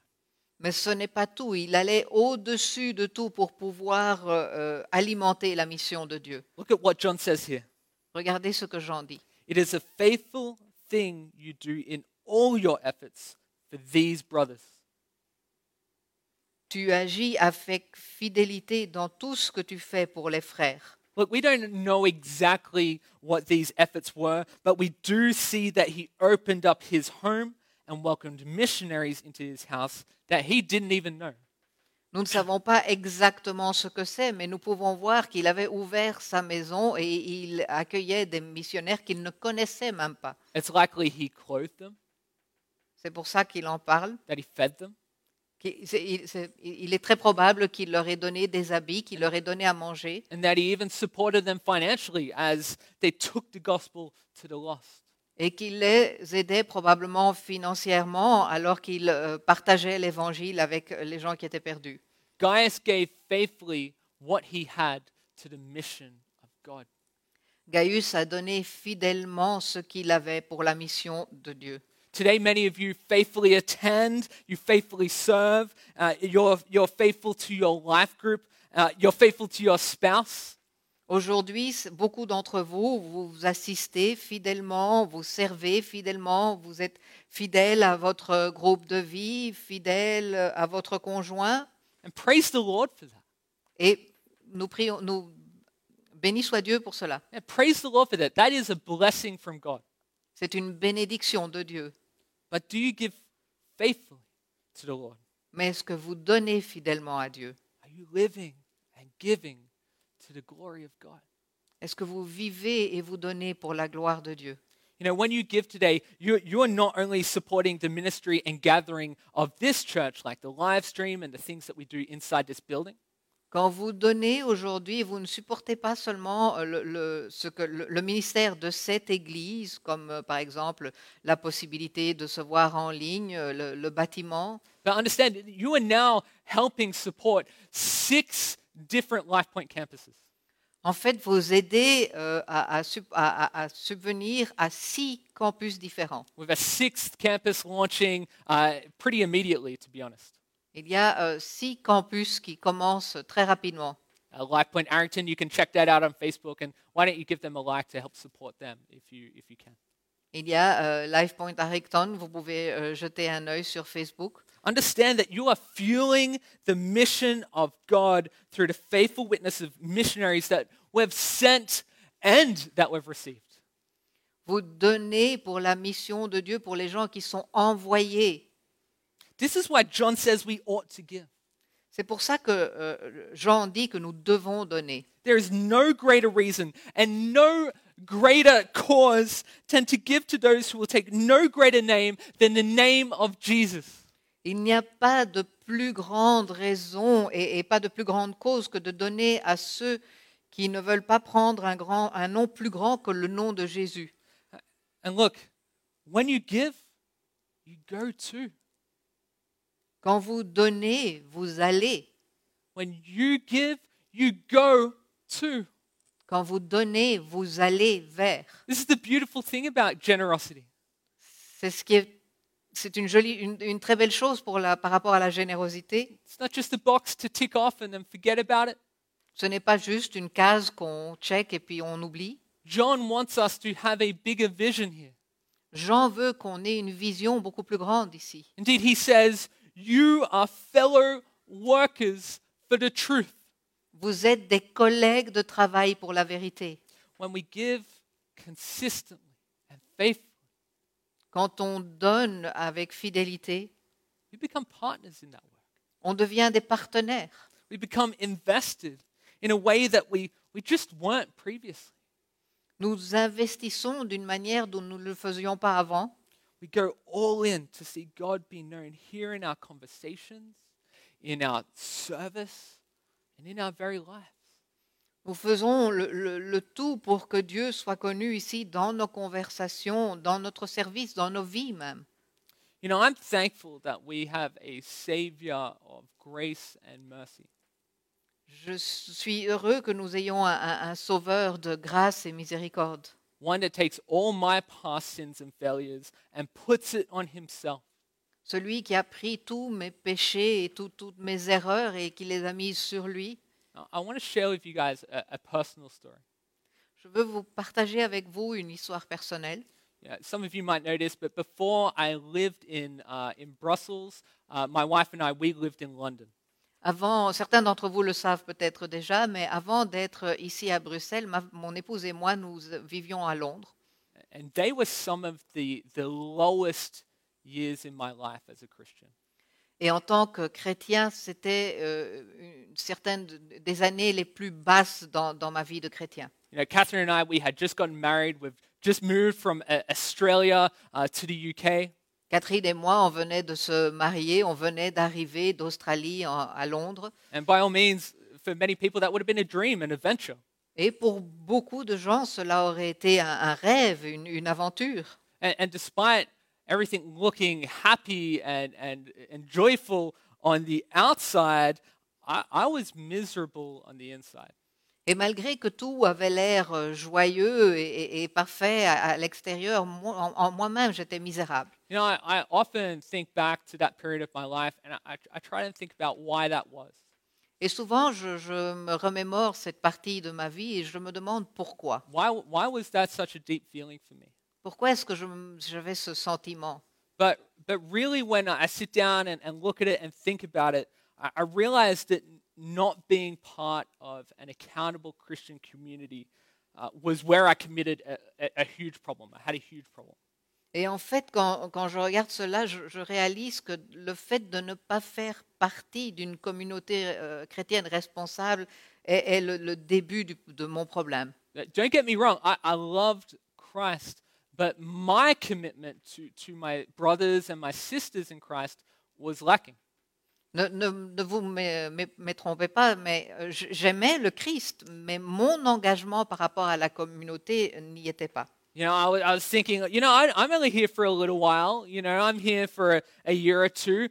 [SPEAKER 2] Mais ce n'est pas tout, il allait au-dessus de tout pour pouvoir euh, euh, alimenter la mission de Dieu.
[SPEAKER 1] Look at what John says here.
[SPEAKER 2] Regardez ce que Jean dit.
[SPEAKER 1] It is a faithful thing you do in all your efforts for these brothers.
[SPEAKER 2] Tu agis avec fidélité dans tout ce que tu fais pour les frères.
[SPEAKER 1] Look, we don't know exactly what these efforts were, but we do see that he opened up his home and welcomed missionaries into his house that he didn't even know.
[SPEAKER 2] Nous ne savons pas exactement ce que c'est, mais nous pouvons voir qu'il avait ouvert sa maison et il accueillait des missionnaires qu'il ne connaissait même pas.
[SPEAKER 1] It's likely he clothed them,
[SPEAKER 2] C'est pour ça qu'il en parle.
[SPEAKER 1] that he fed them,
[SPEAKER 2] qu'il- c'est- Il c'est- il est très probable qu'il leur ait donné des habits, qu'il leur ait donné à manger,
[SPEAKER 1] and that he even supported them financially as they took the gospel to the lost.
[SPEAKER 2] et qu'il les aidait probablement financièrement alors qu'il euh, partageait l'évangile avec les gens qui étaient perdus.
[SPEAKER 1] Gaius gave faithfully what he had to the mission of God.
[SPEAKER 2] Gaius a donné fidèlement ce qu'il avait pour la mission de Dieu.
[SPEAKER 1] Today, many of you faithfully attend, you faithfully serve, uh, you're, you're faithful to your life group, uh, you're faithful to your spouse.
[SPEAKER 2] Aujourd'hui, c- beaucoup d'entre vous, vous vous assistez fidèlement, vous servez fidèlement, vous êtes fidèle à votre groupe de vie, fidèle à votre conjoint.
[SPEAKER 1] And praise the Lord for that.
[SPEAKER 2] Et nous prions, nous béni soit Dieu pour cela.
[SPEAKER 1] Yeah, praise the Lord for that. That is a blessing from God.
[SPEAKER 2] C'est une bénédiction de Dieu.
[SPEAKER 1] But do you give faithfully to the Lord?
[SPEAKER 2] Mais est-ce que vous donnez fidèlement à Dieu
[SPEAKER 1] Are you living and giving to the glory of God?
[SPEAKER 2] Est-ce que vous vivez et vous donnez pour la gloire de Dieu
[SPEAKER 1] You know, when you give today, you, you are not only supporting the ministry and gathering of this church, like the live stream and the things that we do inside this building.
[SPEAKER 2] Quand vous donnez aujourd'hui, vous ne supportez pas seulement euh, le, le- ce que le, le ministère de cette Église, comme euh, par exemple la possibilité de se voir en ligne, euh, le, le bâtiment,
[SPEAKER 1] But understand, that you are now helping support six different LifePoint campuses.
[SPEAKER 2] en fait, vous aidez euh, à, à sub- à- à- à subvenir à six campus différents.
[SPEAKER 1] With a sixth campus launching uh, pretty immediately, to be honest.
[SPEAKER 2] Il y a euh, six campus qui commencent très rapidement.
[SPEAKER 1] Uh, LifePoint Arrington, you can check that out on Facebook, and why don't you give them a like to help support them if you, if you can?
[SPEAKER 2] Il y a euh, LifePoint Harrington, vous pouvez euh, jeter un œil sur Facebook.
[SPEAKER 1] Understand that you are fueling the mission of God through the faithful witness of missionaries that we've sent and that we've received.
[SPEAKER 2] Vous donnez pour la mission de Dieu, pour les gens qui sont envoyés
[SPEAKER 1] This is why John says we ought to give.
[SPEAKER 2] C'est pour ça que euh, Jean dit que nous devons donner.
[SPEAKER 1] There is no greater reason and no greater cause than to give to those who will take no greater name than the name of Jesus.
[SPEAKER 2] Il n'y a pas de plus grande raison et, et pas de plus grande cause que de donner à ceux qui ne veulent pas prendre un, grand, un nom plus grand que le nom de Jésus.
[SPEAKER 1] And look, when you give, you go too.
[SPEAKER 2] Quand vous donnez, vous allez.
[SPEAKER 1] When you give, you go too.
[SPEAKER 2] Quand vous donnez, vous allez vers.
[SPEAKER 1] This is the beautiful thing about generosity.
[SPEAKER 2] C'est ce qui est, c'est une jolie, une, une très belle chose pour la, par rapport à la générosité.
[SPEAKER 1] It's not just a box to tick off and then forget about it.
[SPEAKER 2] Ce n'est pas juste une case qu'on check et puis on oublie.
[SPEAKER 1] John wants us to have a bigger vision here.
[SPEAKER 2] Jean veut qu'on ait une vision beaucoup plus grande ici.
[SPEAKER 1] Indeed, he says, You are fellow workers for the truth.
[SPEAKER 2] Vous êtes des collègues de travail pour la vérité.
[SPEAKER 1] when we give consistently and faithfully,
[SPEAKER 2] Quand on donne avec fidélité,
[SPEAKER 1] we become partners in that work.
[SPEAKER 2] on devient des partenaires.
[SPEAKER 1] We become invested in a way that we, we just weren't previously.
[SPEAKER 2] Nous investissons d'une manière dont nous ne le faisions pas avant.
[SPEAKER 1] We go all in to see God be known here in our conversations, in our service, and in our very lives.
[SPEAKER 2] Nous faisons le, le- le tout pour que Dieu soit connu ici dans nos conversations, dans notre service, dans nos vies même.
[SPEAKER 1] You know, I'm thankful that we have a Savior of grace and mercy.
[SPEAKER 2] Je suis heureux que nous ayons un, un- un sauveur de grâce et miséricorde.
[SPEAKER 1] one that takes all my past sins and failures and puts it on himself.
[SPEAKER 2] Celui qui a pris tous mes péchés et tout- toutes mes erreurs et qui les a mises sur lui.
[SPEAKER 1] Now, I want to share with you guys a, a personal story.
[SPEAKER 2] Je veux vous partager avec vous une histoire personnelle.
[SPEAKER 1] Yeah, some of you might know this, but before I lived in, uh, in Brussels, uh, my wife and I, we lived in London.
[SPEAKER 2] Avant, certains d'entre vous le savent peut-être déjà, mais avant d'être ici à Bruxelles, ma- mon épouse et moi, nous vivions à Londres.
[SPEAKER 1] And they were some of the, the lowest years in my life as a Christian.
[SPEAKER 2] Et en tant que chrétien, c'était euh, une- certaines de- des années les plus basses dans, dans ma vie de chrétien.
[SPEAKER 1] You know, Catherine and I, we had just gotten married. We've just moved from uh, Australia uh, to the UK.
[SPEAKER 2] Catherine et moi, on venait de se marier, on venait d'arriver d'Australie en- à Londres.
[SPEAKER 1] And by all means, for many people, that would have been a dream, an adventure.
[SPEAKER 2] Et pour beaucoup de gens, cela aurait été un, un rêve, une, une aventure.
[SPEAKER 1] And, and despite everything looking happy and, and, and joyful on the outside, I, I was miserable on the inside.
[SPEAKER 2] Et malgré que tout avait l'air euh, joyeux et, et- et parfait à, à l'extérieur, moi- en, en moi-même, j'étais misérable.
[SPEAKER 1] You know, I, I often think back to that period of my life and I- I, I try to think about why that was.
[SPEAKER 2] Et souvent, je, je me remémore cette partie de ma vie et je me demande pourquoi.
[SPEAKER 1] Why, why was that such a deep feeling for me?
[SPEAKER 2] Pourquoi est-ce que je m- j'avais ce sentiment
[SPEAKER 1] But, but really, when I sit down and, and look at it and think about it, I, I realize that not being part of an accountable Christian community uh, was where I committed a, a, a huge problem. I had a huge problem.
[SPEAKER 2] Et en fait, quand, quand je regarde cela, je, je réalise que le fait de ne pas faire partie d'une communauté euh, chrétienne responsable est, est le, le début du- de mon problème.
[SPEAKER 1] Uh, Don't get me wrong, I, I loved Christ, but my commitment to, to my brothers and my sisters in Christ was lacking.
[SPEAKER 2] Ne, ne- ne vous mé- mé- métrompez pas, mais euh, j- j'aimais le Christ, mais mon engagement par rapport à la communauté n'y était pas.
[SPEAKER 1] You know, I wa- I was thinking, you know, I, I'm only here for a little while. You know, I'm here for a, a year or two.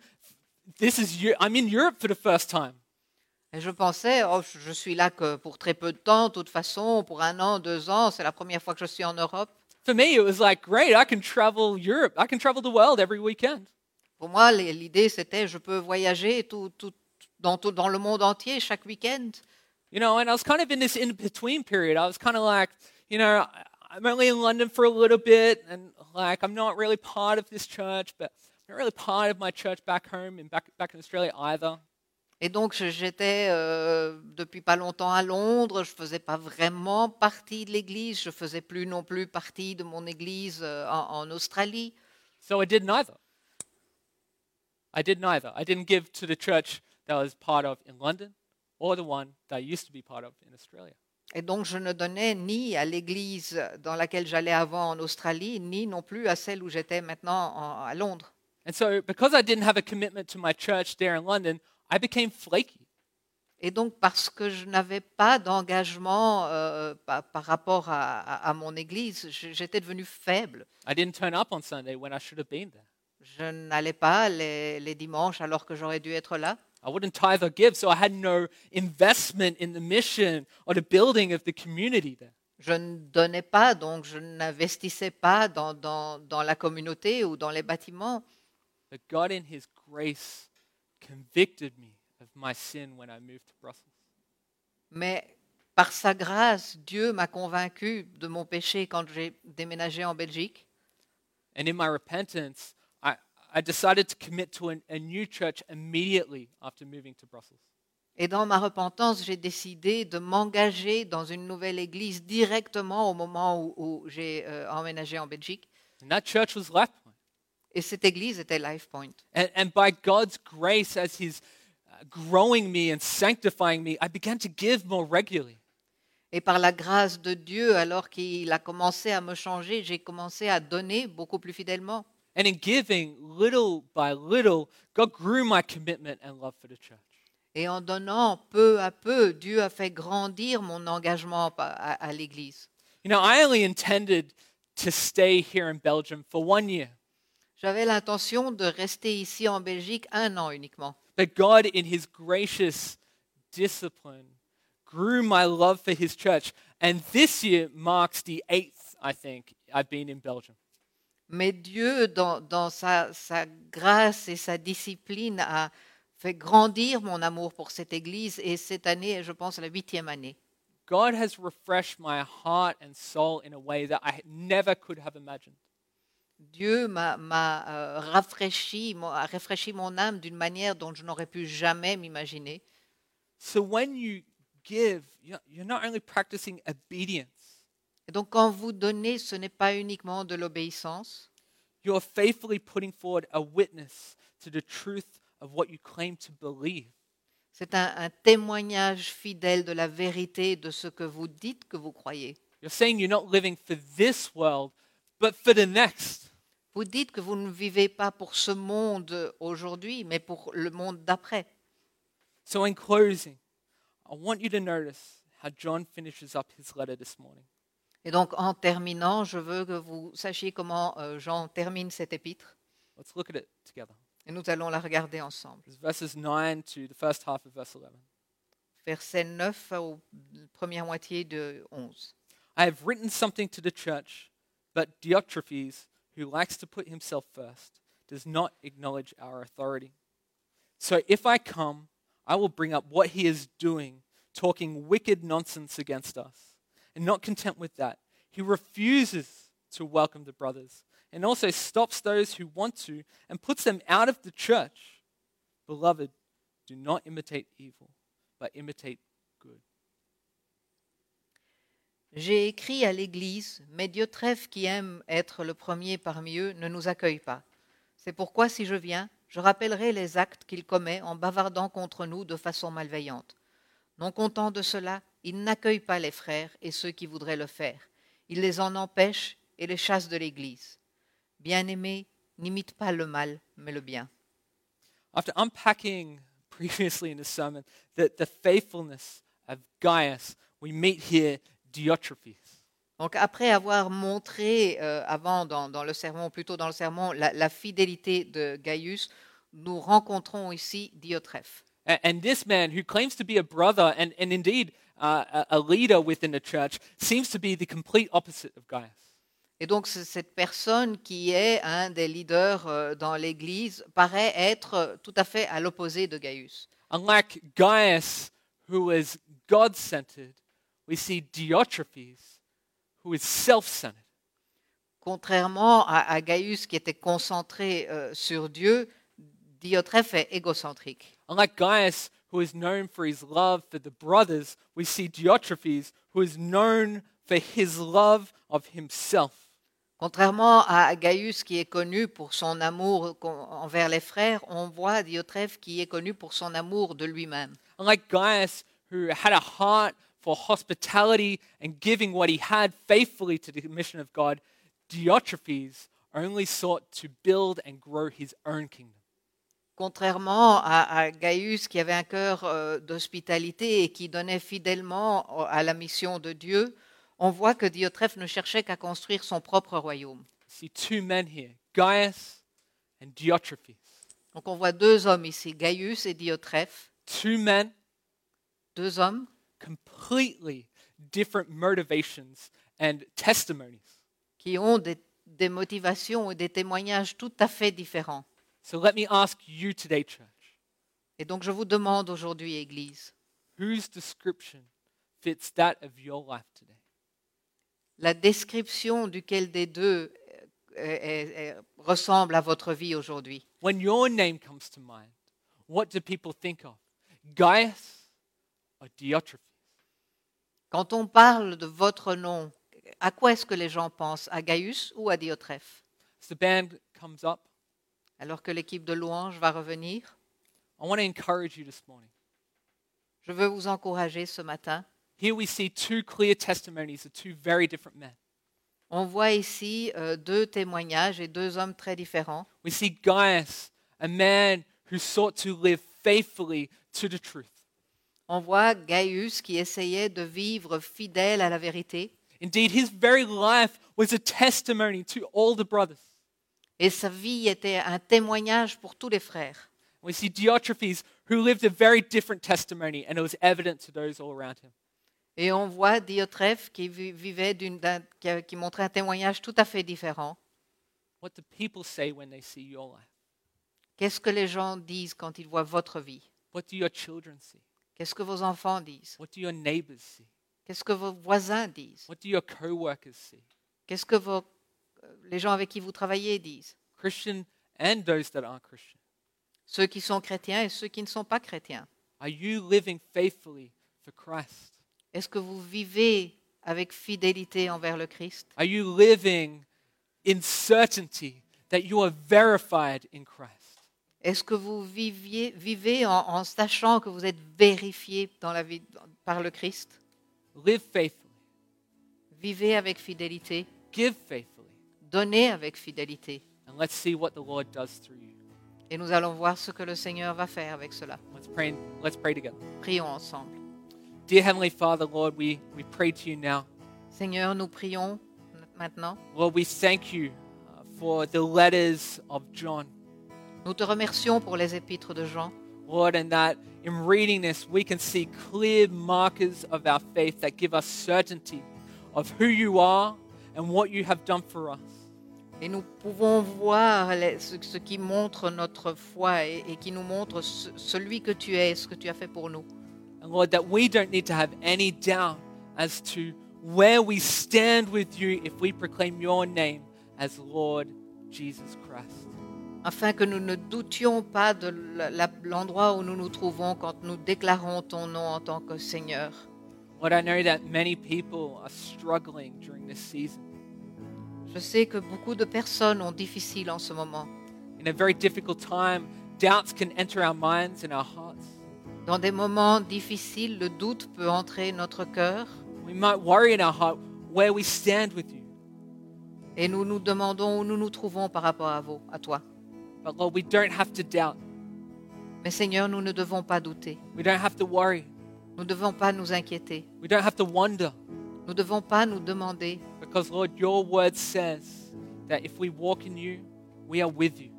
[SPEAKER 1] This is, Eu- I'm in Europe for the first time.
[SPEAKER 2] Et je pensais, oh, je- je suis là que pour très peu de temps, de toute façon, pour un an, deux ans, c'est la première fois que je suis en Europe.
[SPEAKER 1] For me, it was like, great, I can travel Europe. I can travel the world every weekend.
[SPEAKER 2] Pour moi, les- l'idée, c'était je peux voyager tout, tout- dans, tout- dans le monde entier chaque week-end.
[SPEAKER 1] You know, and I was kind of in this in between period. I was kind of like, you know, I- I'm only in London for a little bit, and like I'm not really part of this church, but I'm not really part of my church back home and back back in Australia either.
[SPEAKER 2] Et donc, je- j'étais euh, depuis pas longtemps à Londres, je faisais pas vraiment partie de l'église, je faisais plus non plus partie de mon église euh, en, en Australie.
[SPEAKER 1] So I did neither. I did neither. I didn't give to the church that I was part of in London, or the one that I used to be part of in Australia.
[SPEAKER 2] Et donc, je ne donnais ni à l'église dans laquelle j'allais avant en Australie, ni non plus à celle où j'étais maintenant en- à Londres.
[SPEAKER 1] And so, because I didn't have a commitment to my church there in London, I became flaky.
[SPEAKER 2] Et donc, parce que je n'avais pas d'engagement euh, par, par rapport à- à- à mon église, j- j'étais devenue faible.
[SPEAKER 1] I didn't turn up on Sunday when I should have been there.
[SPEAKER 2] Je n'allais pas les, les dimanches alors que j'aurais dû être là.
[SPEAKER 1] I wouldn't tithe or give, so I had no investment in the mission or the building of the community there.
[SPEAKER 2] Je ne donnais pas, donc je n'investissais pas dans, dans- dans la communauté ou dans les bâtiments.
[SPEAKER 1] But God, in His grace, convicted me of my sin when I moved to Brussels.
[SPEAKER 2] Mais par sa grâce, Dieu m'a convaincu de mon péché quand j'ai déménagé en Belgique.
[SPEAKER 1] And in my repentance, I, I decided to commit to an, a new church immediately after moving to Brussels.
[SPEAKER 2] Et dans ma repentance, j'ai décidé de m'engager dans une nouvelle église directement au moment où, où j'ai euh, emménagé en Belgique.
[SPEAKER 1] And that church was LifePoint.
[SPEAKER 2] Et cette église était Life Point.
[SPEAKER 1] And, and by God's grace, as He's uh, growing me and sanctifying me, I began to give more regularly.
[SPEAKER 2] Et par la grâce de Dieu, alors qu'il a commencé à me changer, j'ai commencé à donner beaucoup plus fidèlement.
[SPEAKER 1] And in giving, little by little, God grew my commitment and love for the church.
[SPEAKER 2] Et en donnant peu à peu, Dieu a fait grandir mon engagement pa- à, à l'Église.
[SPEAKER 1] You know, I only intended to stay here in Belgium for one year,
[SPEAKER 2] J'avais l'intention de rester ici en Belgique un an uniquement.
[SPEAKER 1] but God, in His gracious discipline, grew my love for His church. And this year marks the eighth, I think, I've been in Belgium.
[SPEAKER 2] Mais Dieu, dans, dans sa, sa grâce et sa discipline, a fait grandir mon amour pour cette Église. Et cette année, est, je pense, la huitième année.
[SPEAKER 1] God has refreshed my heart and soul in a way that I never could have imagined.
[SPEAKER 2] Dieu m'a- m'a euh, rafraîchi, mon- a rafraîchi mon âme d'une manière dont je n'aurais pu jamais m'imaginer.
[SPEAKER 1] So when you give, you're you're not only practicing obedience,
[SPEAKER 2] Et Donc quand vous donnez, ce n'est pas uniquement de l'obéissance,
[SPEAKER 1] you're faithfully putting forward a witness to the truth of what you claim to believe.
[SPEAKER 2] c'est un, un témoignage fidèle de la vérité de ce que vous dites que vous croyez.
[SPEAKER 1] You're saying you're not living for this world, but for the next.
[SPEAKER 2] Vous dites que vous ne vivez pas pour ce monde aujourd'hui, mais pour le monde d'après.
[SPEAKER 1] So, in closing, I want you to notice how John finishes up his letter this morning.
[SPEAKER 2] Et donc en terminant, je veux que vous sachiez comment euh, Jean termine cette épître.
[SPEAKER 1] Let's look at it together.
[SPEAKER 2] Et nous allons la regarder ensemble.
[SPEAKER 1] It's verses 9 to the first half of verse 11.
[SPEAKER 2] Verset 9 au première moitié de 11.
[SPEAKER 1] I have written something to the church, but Diotrephes, who likes to put himself first, does not acknowledge our authority. So if I come, I will bring up what he is doing, talking wicked nonsense against us. And not content with that, he refuses to welcome the brothers and also stops those who want to and puts them out of the church. Beloved, do not imitate evil, but imitate good.
[SPEAKER 2] J'ai écrit à l'Église, mais Dieu trève qui aime être le premier parmi eux ne nous accueille pas. C'est pourquoi, si je viens, je rappellerai les actes qu'il commet en bavardant contre nous de façon malveillante. Non content de cela, il n'accueille pas les frères et ceux qui voudraient le faire. Il les en empêche et les chasse de l'Église. Bien-aimés, n'imite pas le mal, mais le bien.
[SPEAKER 1] after unpacking previously in the sermon the, the faithfulness of Gaius, we meet here Diotrephes.
[SPEAKER 2] Donc après avoir montré euh, avant dans, dans le sermon, plutôt dans le sermon, la, la fidélité de Gaius, nous rencontrons ici Diotrephe.
[SPEAKER 1] A- And this man, who claims to be a brother and, and indeed uh, a- a leader within the church, seems to be the complete opposite of Gaius.
[SPEAKER 2] Et donc c- cette personne qui est un des leaders euh, dans l'Église paraît être euh, tout à fait à l'opposé de Gaius.
[SPEAKER 1] Unlike Gaius, who is God centered, we see Diotrephes, who is self centered.
[SPEAKER 2] Contrairement à, à Gaius qui était concentré euh, sur Dieu, Diotrephe est égocentrique.
[SPEAKER 1] Unlike Gaius, who is known for his love for the brothers, we see Diotrephes, who is known for his love of himself.
[SPEAKER 2] Contrairement à Gaius qui est connu pour son amour con- envers les frères, on voit Diotrephe qui est connu pour son amour de lui-même.
[SPEAKER 1] Unlike Gaius, who had a heart for hospitality and giving what he had faithfully to the mission of God, Diotrephes only sought to build and grow his own kingdom.
[SPEAKER 2] Contrairement à, à Gaius qui avait un cœur euh, d'hospitalité et qui donnait fidèlement euh, à la mission de Dieu, on voit que Diotrephe ne cherchait qu'à construire son propre royaume.
[SPEAKER 1] See two men here, Gaius and Diotrephes.
[SPEAKER 2] Donc on voit deux hommes ici, Gaius et Diotrephe,
[SPEAKER 1] Two men
[SPEAKER 2] deux hommes
[SPEAKER 1] completely different motivations and testimonies.
[SPEAKER 2] qui ont des, des motivations et des témoignages tout à fait différents.
[SPEAKER 1] So let me ask you today, church,
[SPEAKER 2] Et donc je vous demande aujourd'hui, Église,
[SPEAKER 1] whose description fits that of your life today?
[SPEAKER 2] la description duquel des deux euh, est- est- ressemble à votre vie aujourd'hui.
[SPEAKER 1] When your name comes to mind, what do people think of? Gaius or Diotrephes?
[SPEAKER 2] Quand on parle de votre nom, à quoi est-ce que les gens pensent À Gaius ou à Diotrephe
[SPEAKER 1] As the band comes up,
[SPEAKER 2] Alors que l'équipe de louange va revenir,
[SPEAKER 1] I want to encourage you this morning.
[SPEAKER 2] je veux vous encourager ce matin.
[SPEAKER 1] Here we see two clear testimonies of two very different men.
[SPEAKER 2] On voit ici euh, deux témoignages et deux hommes très différents.
[SPEAKER 1] We see Gaius, a man who sought to live faithfully to the truth.
[SPEAKER 2] On voit Gaius qui essayait de vivre fidèle à la vérité
[SPEAKER 1] Indeed, his very life was a testimony to all the brothers.
[SPEAKER 2] et sa vie était un témoignage pour tous les frères.
[SPEAKER 1] We see Diotrephes, who lived a very different testimony, and it was evident to those all around him.
[SPEAKER 2] Et on voit Diotrephe qui vi- vivait d'une- d'un- qui a- qui montrait un témoignage tout à fait différent.
[SPEAKER 1] What do people say when they see your life?
[SPEAKER 2] Qu'est-ce que les gens disent quand ils voient votre vie
[SPEAKER 1] What do your children see?
[SPEAKER 2] Qu'est-ce que vos enfants disent
[SPEAKER 1] What do your neighbors see?
[SPEAKER 2] Qu'est-ce que vos voisins disent
[SPEAKER 1] What do your coworkers see?
[SPEAKER 2] Qu'est-ce que vos- euh, les gens avec qui vous travaillez disent
[SPEAKER 1] Christian and those that aren't Christian.
[SPEAKER 2] Ceux qui sont chrétiens et ceux qui ne sont pas chrétiens.
[SPEAKER 1] Are you living faithfully for Christ?
[SPEAKER 2] Est-ce que vous vivez avec fidélité envers le Christ
[SPEAKER 1] Are you living in certainty that you are verified in Christ?
[SPEAKER 2] Est-ce que vous viviez- vivez en, en sachant que vous êtes vérifié dans la vie, par le Christ
[SPEAKER 1] Live faithfully,
[SPEAKER 2] Vivez avec fidélité,
[SPEAKER 1] give faithfully,
[SPEAKER 2] donnez avec fidélité.
[SPEAKER 1] and let's see what the Lord does through you.
[SPEAKER 2] Et nous allons voir ce que le Seigneur va faire avec cela.
[SPEAKER 1] Let's pray, let's pray together.
[SPEAKER 2] Prions ensemble.
[SPEAKER 1] Dear Heavenly Father, Lord, we, we pray to you now.
[SPEAKER 2] Seigneur, nous prions maintenant.
[SPEAKER 1] Lord, we thank you uh, for the letters of John.
[SPEAKER 2] Nous te remercions pour les épîtres de Jean.
[SPEAKER 1] Lord, and that in reading this, we can see clear markers of our faith that give us certainty of who you are and what you have done for us.
[SPEAKER 2] Et nous pouvons voir les- ce, ce qui montre notre foi et, et qui nous montre ce- celui que tu es, ce que tu as fait pour nous.
[SPEAKER 1] And Lord, that we don't need to have any doubt as to where we stand with you if we proclaim your name as Lord Jesus Christ.
[SPEAKER 2] Afin que nous ne doutions pas de la- la- l'endroit où nous nous trouvons quand nous déclarons ton nom en tant que Seigneur.
[SPEAKER 1] Lord, I know that many people are struggling during this season
[SPEAKER 2] Je sais que beaucoup de personnes ont difficile en ce moment.
[SPEAKER 1] in a very difficult time, doubts can enter our minds and our hearts.
[SPEAKER 2] Dans des moments difficiles, le doute peut entrer notre cœur
[SPEAKER 1] We might worry in our heart where we stand with you.
[SPEAKER 2] et nous nous demandons où nous nous trouvons par rapport à, vous, à toi.
[SPEAKER 1] But Lord, we don't have to doubt.
[SPEAKER 2] Mais Seigneur, nous ne devons pas douter.
[SPEAKER 1] We don't have to worry.
[SPEAKER 2] Nous ne devons pas nous inquiéter.
[SPEAKER 1] We don't have to wonder.
[SPEAKER 2] Nous ne devons pas nous demander
[SPEAKER 1] Because, Lord, your word says that if we walk in you, we are with you.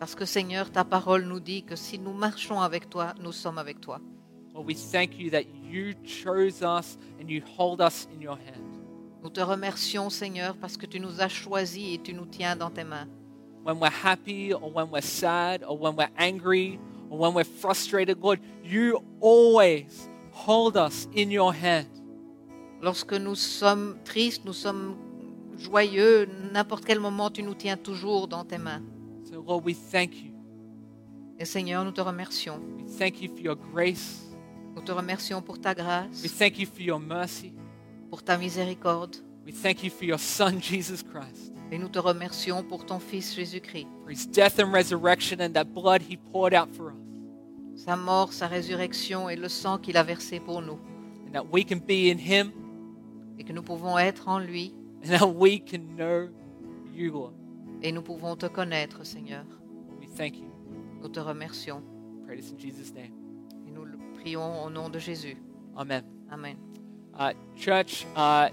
[SPEAKER 2] Parce que Seigneur, ta parole nous dit que si nous marchons avec toi, nous sommes avec toi.
[SPEAKER 1] Lord, we thank you that you chose us and you hold us in your hand.
[SPEAKER 2] Nous te remercions Seigneur parce que tu nous as choisis et tu nous tiens dans tes mains.
[SPEAKER 1] When we're happy or when we're sad or when we're angry or when we're frustrated, Lord, you always hold us in your hand.
[SPEAKER 2] Lorsque nous sommes tristes, nous sommes joyeux, n'importe quel moment, tu nous tiens toujours dans tes mains.
[SPEAKER 1] So, Lord, we thank you.
[SPEAKER 2] Et Seigneur, nous te remercions.
[SPEAKER 1] We thank you for your grace.
[SPEAKER 2] Nous te remercions pour ta
[SPEAKER 1] We
[SPEAKER 2] grâce,
[SPEAKER 1] thank you for your mercy.
[SPEAKER 2] pour ta miséricorde.
[SPEAKER 1] We thank you for your Son, Jesus Christ,
[SPEAKER 2] Et nous te remercions pour ton Fils Jésus-Christ,
[SPEAKER 1] for his death and resurrection and that blood he poured out for us,
[SPEAKER 2] sa mort, sa résurrection et le sang qu'il a versé pour nous.
[SPEAKER 1] and that we can be in him
[SPEAKER 2] Et que nous pouvons être en lui
[SPEAKER 1] and that we can know you, Lord.
[SPEAKER 2] et nous pouvons te connaître, Seigneur.
[SPEAKER 1] We thank you.
[SPEAKER 2] Nous te remercions
[SPEAKER 1] Pray this in Jesus' name.
[SPEAKER 2] et nous le prions au nom de Jésus.
[SPEAKER 1] Amen.
[SPEAKER 2] Amen.
[SPEAKER 1] Uh, church, uh,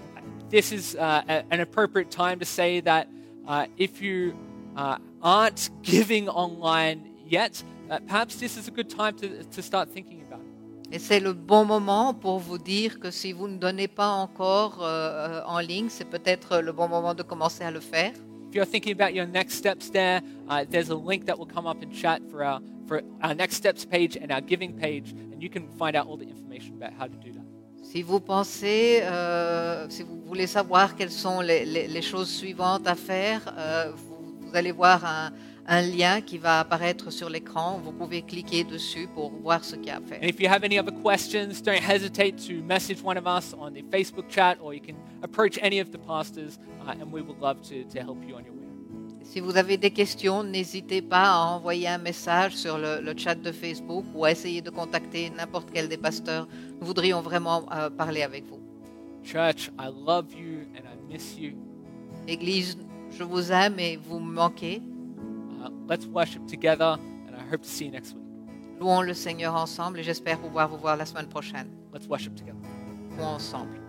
[SPEAKER 1] this is uh, a- an appropriate time to say that uh, if you uh, aren't giving online yet, uh, perhaps this is a good time to, to start thinking about it.
[SPEAKER 2] Et c'est le bon moment pour vous dire que si vous ne donnez pas encore euh, euh, en ligne, c'est peut-être le bon moment de commencer à le faire.
[SPEAKER 1] If you're thinking about your next steps there, uh, there's a link that will come up in chat for our, for our next steps page and our giving page, and you can find out all the information about how to do that.
[SPEAKER 2] Si vous pensez, euh, si vous voulez savoir quelles sont les, les- les choses suivantes à faire, euh, vous, vous allez voir un, un lien qui va apparaître sur l'écran. Vous pouvez cliquer dessus pour voir ce qu'il y a à faire.
[SPEAKER 1] And if you have any other questions, don't hesitate to message one of us on the Facebook chat, or you can approach any of the pastors, uh, and we would love to, to help you on your way.
[SPEAKER 2] Et Si vous avez des questions, n'hésitez pas à envoyer un message sur le, le chat de Facebook ou à essayer de contacter n'importe quel des pasteurs. Nous voudrions vraiment euh, parler avec vous.
[SPEAKER 1] Church, I love you and I miss you.
[SPEAKER 2] Église, je vous aime et vous me manquez.
[SPEAKER 1] Uh, let's worship together, and I hope to see you next week.
[SPEAKER 2] Louons le Seigneur ensemble et j'espère pouvoir vous voir la semaine prochaine.
[SPEAKER 1] Let's worship together.
[SPEAKER 2] Louons ensemble.